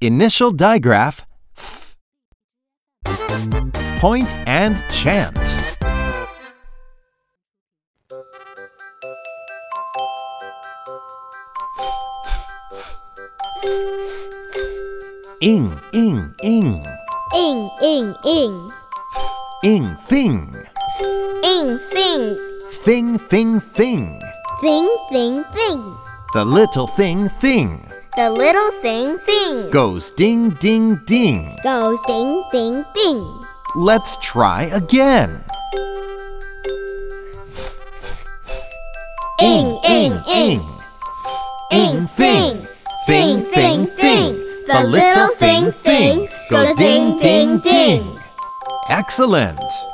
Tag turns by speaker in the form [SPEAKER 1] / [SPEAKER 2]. [SPEAKER 1] Initial digraph F. Point and chant. Ing, ing, ing,
[SPEAKER 2] Ing, ing, ing.
[SPEAKER 1] ing, thing,
[SPEAKER 2] Ing, thing.
[SPEAKER 1] thing, thing, thing.
[SPEAKER 2] Thing, thing, thing.
[SPEAKER 1] The little thing, thing
[SPEAKER 2] The little thing, thing.
[SPEAKER 1] goes ding, ding, ding.
[SPEAKER 2] Goes ding, ding, ding.
[SPEAKER 1] Let's try again.
[SPEAKER 2] Ing, ing, ing.
[SPEAKER 1] Ing, thing. Thing, thing, thing. The little thing, thing goes ding, ding, ding. Excellent.